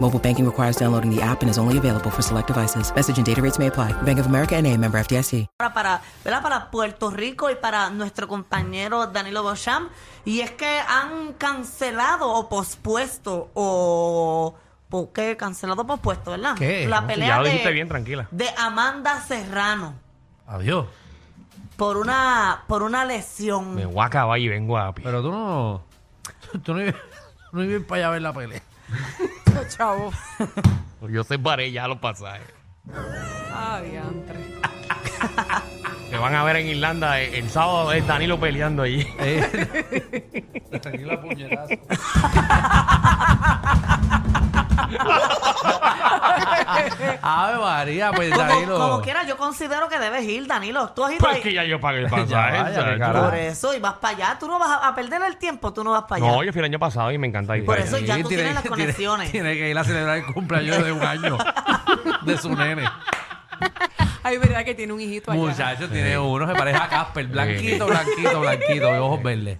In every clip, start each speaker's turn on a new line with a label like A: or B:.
A: Mobile banking requires downloading the app and is only available for select devices. Message and data rates may apply. Bank of America and a member FDIC.
B: para, para, ¿verdad? para Puerto Rico y para nuestro compañero Danilo Bocham. Y es que han cancelado o pospuesto o... ¿Por qué? Cancelado o pospuesto, ¿verdad?
C: ¿Qué?
B: La
C: No,
B: pelea
D: ya lo
B: de,
D: dijiste bien, tranquila.
B: de Amanda Serrano
C: Adiós.
B: por una, por una lesión.
D: Me voy a acabar y vengo a pie.
C: Pero tú no. Tú no, ibas- no ibas para allá a ver la pelea.
E: Chavo.
D: Yo separé ya los pasajes.
E: Ay, antre.
D: Me van a ver en Irlanda eh, el, sábado es Danilo peleando allí.
C: Eh. Tranquila, puñetazo. Ave María, pues
B: como,
C: Danilo.
B: como quiera, yo considero que debes ir, Danilo. Tú has ido
D: Pues
B: ahí.
D: que ya yo pagué el
C: Ya vaya,
D: pasaje.
C: qué
D: ¿sabes?
C: carajo.
B: Por eso, y vas para allá. Tú no vas a, a perder el tiempo, tú no vas para allá.
D: no, yo fui el año pasado y me encanta ir.
B: Por
D: para
B: eso
D: allá.
B: ya tú
C: Sí,
B: tienes las
C: que-
B: conexiones.
C: Tiene, que ir a celebrar el cumpleaños de un año de su nene.
E: Ay, verdad que tiene un hijito allá.
B: Pues
C: Muchacho, tiene uno, se parece a Casper. Blanquito,
D: Sí.
C: blanquito, blanquito, de ojos verdes.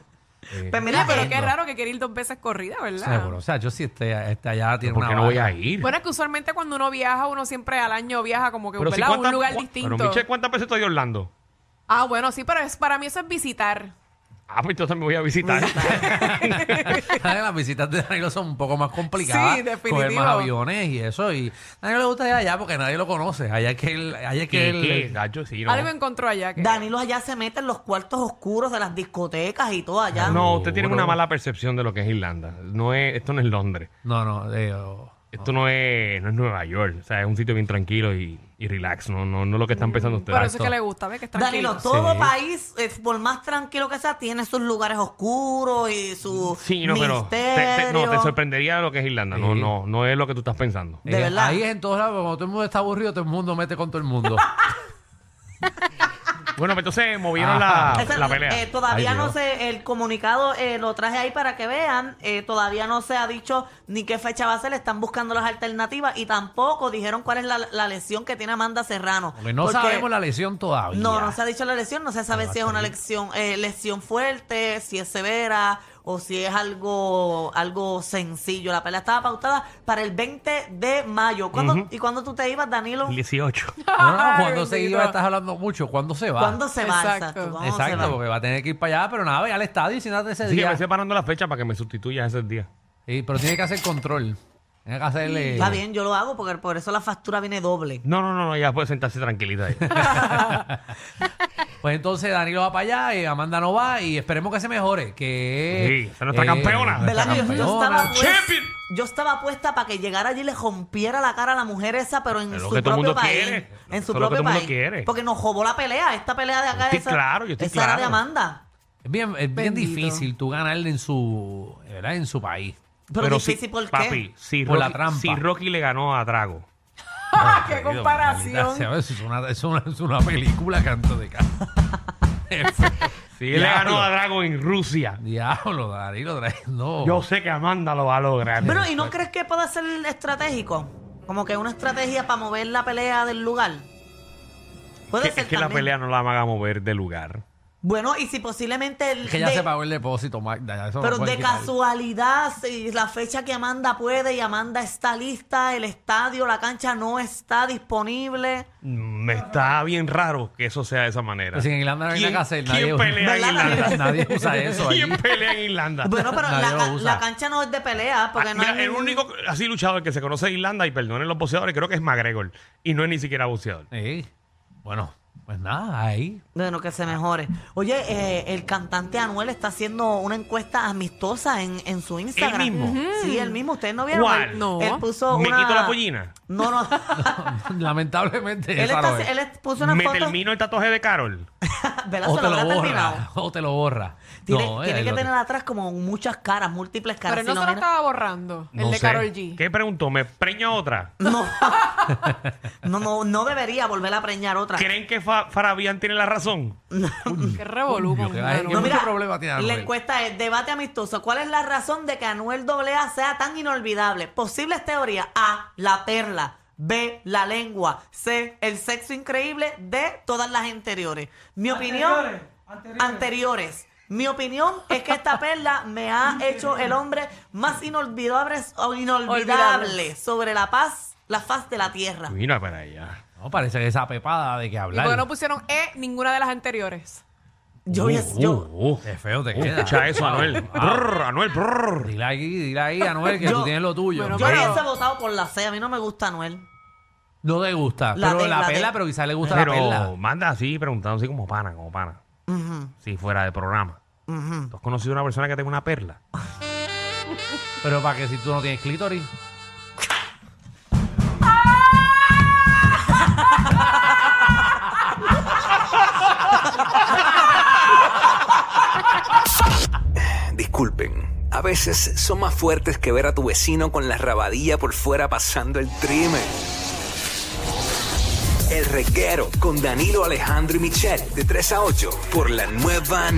B: Pues mira,
E: Mira, pero
B: eh,
E: qué raro que quiere ir dos veces corrida, ¿verdad?
C: Seguro. O sea, yo si este, este allá tiene
D: ¿Por
C: una
D: qué no voy
C: barra.
D: a ir?
E: Bueno, es que usualmente cuando uno viaja, uno siempre al año viaja como que
D: Pero
E: ¿verdad? a un
D: cuántas-
E: lugar
D: cua-
E: distinto.
D: Pero Michelle, ¿cuántas veces estoy de Orlando?
E: Ah, bueno, sí, pero es, para mí eso es visitar.
D: Ah, pues entonces me voy a visitar.
C: ¿Sabes? Las visitas de Danilo son un poco más complicadas.
E: Sí, definitivo.
C: Coger más aviones y eso. Y a nadie le gusta ir allá porque nadie lo conoce. Allá es que él. Allá es que
D: ¿Qué,
C: él-
D: qué, gacho? Sí, no.
E: Algo encontró allá. Que...
B: Danilo allá se mete en los cuartos oscuros de las discotecas y todo allá.
D: No, usted tiene
C: Seguro.
D: una mala percepción de lo que es Irlanda. No es, esto no es Londres.
C: No, no. eh, oh.
D: Esto no es, no es Nueva York. O sea, es un sitio bien tranquilo y, y relax. No, no, no es lo que están
B: Mm,
D: pensando ustedes.
E: Por eso es que le gusta, ¿ves? Que es tranquilo.
B: Danilo, todo país, eh, por más tranquilo que sea, tiene sus lugares oscuros y sus
D: Sí, no, pero te, te- no, te
B: misterios.
D: sorprendería lo que es Irlanda. No,
C: Sí.
D: no, no es lo que tú estás pensando.
B: De
C: Eh,
B: verdad.
C: Ahí es en todos lados. Cuando todo el mundo está aburrido, todo el mundo mete con todo el mundo.
D: Bueno, pues entonces movieron la,
B: Esa-
D: la pelea.
B: eh, todavía
C: Ay,
B: no
C: Dios.
B: sé, el comunicado eh, lo traje ahí para que vean. eh, todavía no se ha dicho ni qué fecha va a ser. Están buscando las alternativas y tampoco dijeron cuál es la, la lesión que tiene Amanda Serrano.
C: Porque no
B: Porque-
C: sabemos la lesión todavía.
B: No, no se ha dicho la lesión, no se sabe
C: Ah,
B: si es una
C: está bien.
B: lesión, eh, lesión fuerte, si es severa o si es algo, algo sencillo. La pelea estaba pautada para el 20 de mayo. ¿Cuándo- ¿Y cuándo tú te ibas, Danilo?
D: 18.
C: No, no,
E: Ay,
C: cuando se
E: bendito.
C: iba, estás hablando mucho. ¿Cuándo se va?
B: ¿Cuándo se va?
E: Exacto.
B: exacto? ¿Cuándo se
C: Exacto,
B: va?
C: porque va a tener que ir para allá, pero nada, ve al estadio y siéntate ese
D: Así que
C: día.
D: me estoy parando la fecha para que me sustituyas ese día.
C: Sí, pero tiene que hacer control. Tiene que hacerle.
B: Está bien, yo lo hago porque por eso la factura viene doble.
D: No, no, no, no, ya puede sentarse tranquilita ahí.
C: Pues entonces Danilo va para allá y Amanda no va y esperemos que se mejore. Que
D: Sí, esa es nuestra campeona.
C: nuestra
B: ¿Verdad que yo, yo
C: campeona.
B: estaba pues-
D: Champion.
B: yo estaba puesta para que llegara allí y le rompiera la cara a la mujer esa, pero en
D: Es lo
B: su
D: que todo el
B: propio
D: mundo
B: país.
D: quiere.
B: En su
D: Eso es lo
B: propio
D: que todo el mundo
B: país.
D: quiere.
B: Porque nos jobó la pelea, esta pelea de acá.
D: estoy
B: esa,
D: claro, yo estoy
B: esa era de
D: claro.
B: Amanda.
C: Es bien, es bien
E: Bendito.
C: difícil tú ganarle en su, ¿verdad? En su país.
B: Pero,
D: si-
B: difícil, ¿por qué?
D: Papi, si
C: Por
D: Rocky,
C: la trampa.
D: si Rocky le ganó a Drago.
E: ¡Ah, qué
C: Querido, maldita sea,
E: comparación!
C: Eso es una, es una, es una película canto de cara.
D: Si él le ganó a Drago en Rusia.
C: Diablo, Danilo, tra- no.
D: Yo sé que Amanda lo va a lograr.
B: Bueno, ¿y no crees que pueda ser estratégico? Como que una estrategia para mover la pelea del lugar. Puede
D: Que-
B: ser
D: es que la
B: también.
D: pelea no la van a mover de lugar.
B: Bueno, y si posiblemente... el-
C: Es que ya
B: de-
C: se pagó el depósito, Magda. ya eso no
B: Pero
C: puede
B: de
C: quitar.
B: casualidad, si la fecha que Amanda puede y Amanda está lista, el estadio, la cancha no está disponible.
D: Me está bien raro que eso sea de esa manera.
C: Pues en Irlanda no hay
D: ¿Quién-
C: nada que hacer, nadie-
D: ¿Quién pelea en
B: ¿Verdad?
D: Irlanda?
C: Nadie usa eso allí.
D: ¿Quién pelea en Irlanda?
B: Bueno, pero la,
C: Nadie lo
B: ca-
C: usa.
B: la cancha no es de pelea porque
D: Ah,
B: no
D: mira,
B: hay
D: el
B: ningún-
D: único así luchador que se conoce en Irlanda, y perdonen los boxeadores, creo que es McGregor. Y no es ni siquiera boxeador.
C: Sí. Bueno, Pues nada, ahí.
B: Bueno, que se mejore. Oye, eh, el cantante Anuel está haciendo una encuesta amistosa en, en su Instagram.
D: mismo?
B: Sí, él mismo. ¿Ustedes no vieron?
D: ¿Cuál?
B: Él-
E: No.
B: Él puso
D: ¿Me
B: una...
D: quito la pollina?
B: No, no.
C: Lamentablemente
B: él,
C: esa
B: está-
C: no es.
B: él puso una
D: ¿Me
B: foto...
D: termino el tatuaje de Carol?
B: Vela,
C: O
B: se
C: te
B: lo
C: lo
B: habrá
C: borra.
B: terminado.
C: O te lo borra.
B: Tiene,
C: No,
B: tiene
C: eh,
B: que
C: lo-
B: tener atrás como muchas caras, múltiples caras.
E: Pero él no
B: Si
E: se lo
B: mira-
E: estaba borrando.
C: No
E: el de
C: sé.
E: Carol G.
D: ¿Qué pregunto? ¿Me preña otra?
B: No. no, no, no debería volver a preñar otra.
D: ¿Creen que Fa- Farabián tiene la razón?
E: Qué revolú
C: Coño,
E: con
C: que hay-
E: Anuel.
C: mucho problema tiene Anuel.
B: La encuesta es debate amistoso. ¿Cuál es la razón de que Anuel AA sea tan inolvidable? Posibles teorías. A. La perla. B. La lengua. C. El sexo increíble. D. Todas las anteriores. Mi opinión.
F: Anteriores, anteriores.
B: anteriores. Mi opinión es que esta perla me ha hecho el hombre más inolvidable, o inolvidable
E: Olvidable.
B: sobre la paz, la faz de la tierra.
D: Mira para allá.
C: No, parece que esa pepada de que
E: ¿Y por qué
C: hablar.
B: pues,
E: no pusieron E ninguna de las anteriores?
B: Yo,
D: Uh,
B: hubiese- yo,
D: uh, uh.
C: Qué feo te
D: Uh,
C: queda.
D: escucha eso, Anuel.
C: Ah,
D: Brr, Anuel, brr.
C: dile ahí, dile ahí, Anuel, que
B: Yo-
C: tú tienes lo tuyo.
E: Bueno,
B: yo
E: Pero-
B: hubiese votado por la C. A mí no me gusta Anuel.
C: No te gusta.
B: La
C: pero
B: de-
C: la,
B: la de-
C: perla, pero quizás le gusta
D: Pero
C: la perla.
D: manda así, preguntando así como pana, como pana.
B: Ujú,
D: Si fuera de programa.
B: ujú.
D: ¿Tú has conocido a una persona que tenga una perla?
C: Pero para que si tú no tienes clítoris.
G: Disculpen, a veces son más fuertes que ver a tu vecino con la rabadilla por fuera pasando el trimen. El reguero con Danilo Alejandro y Michel de 3 a 8 por la nueva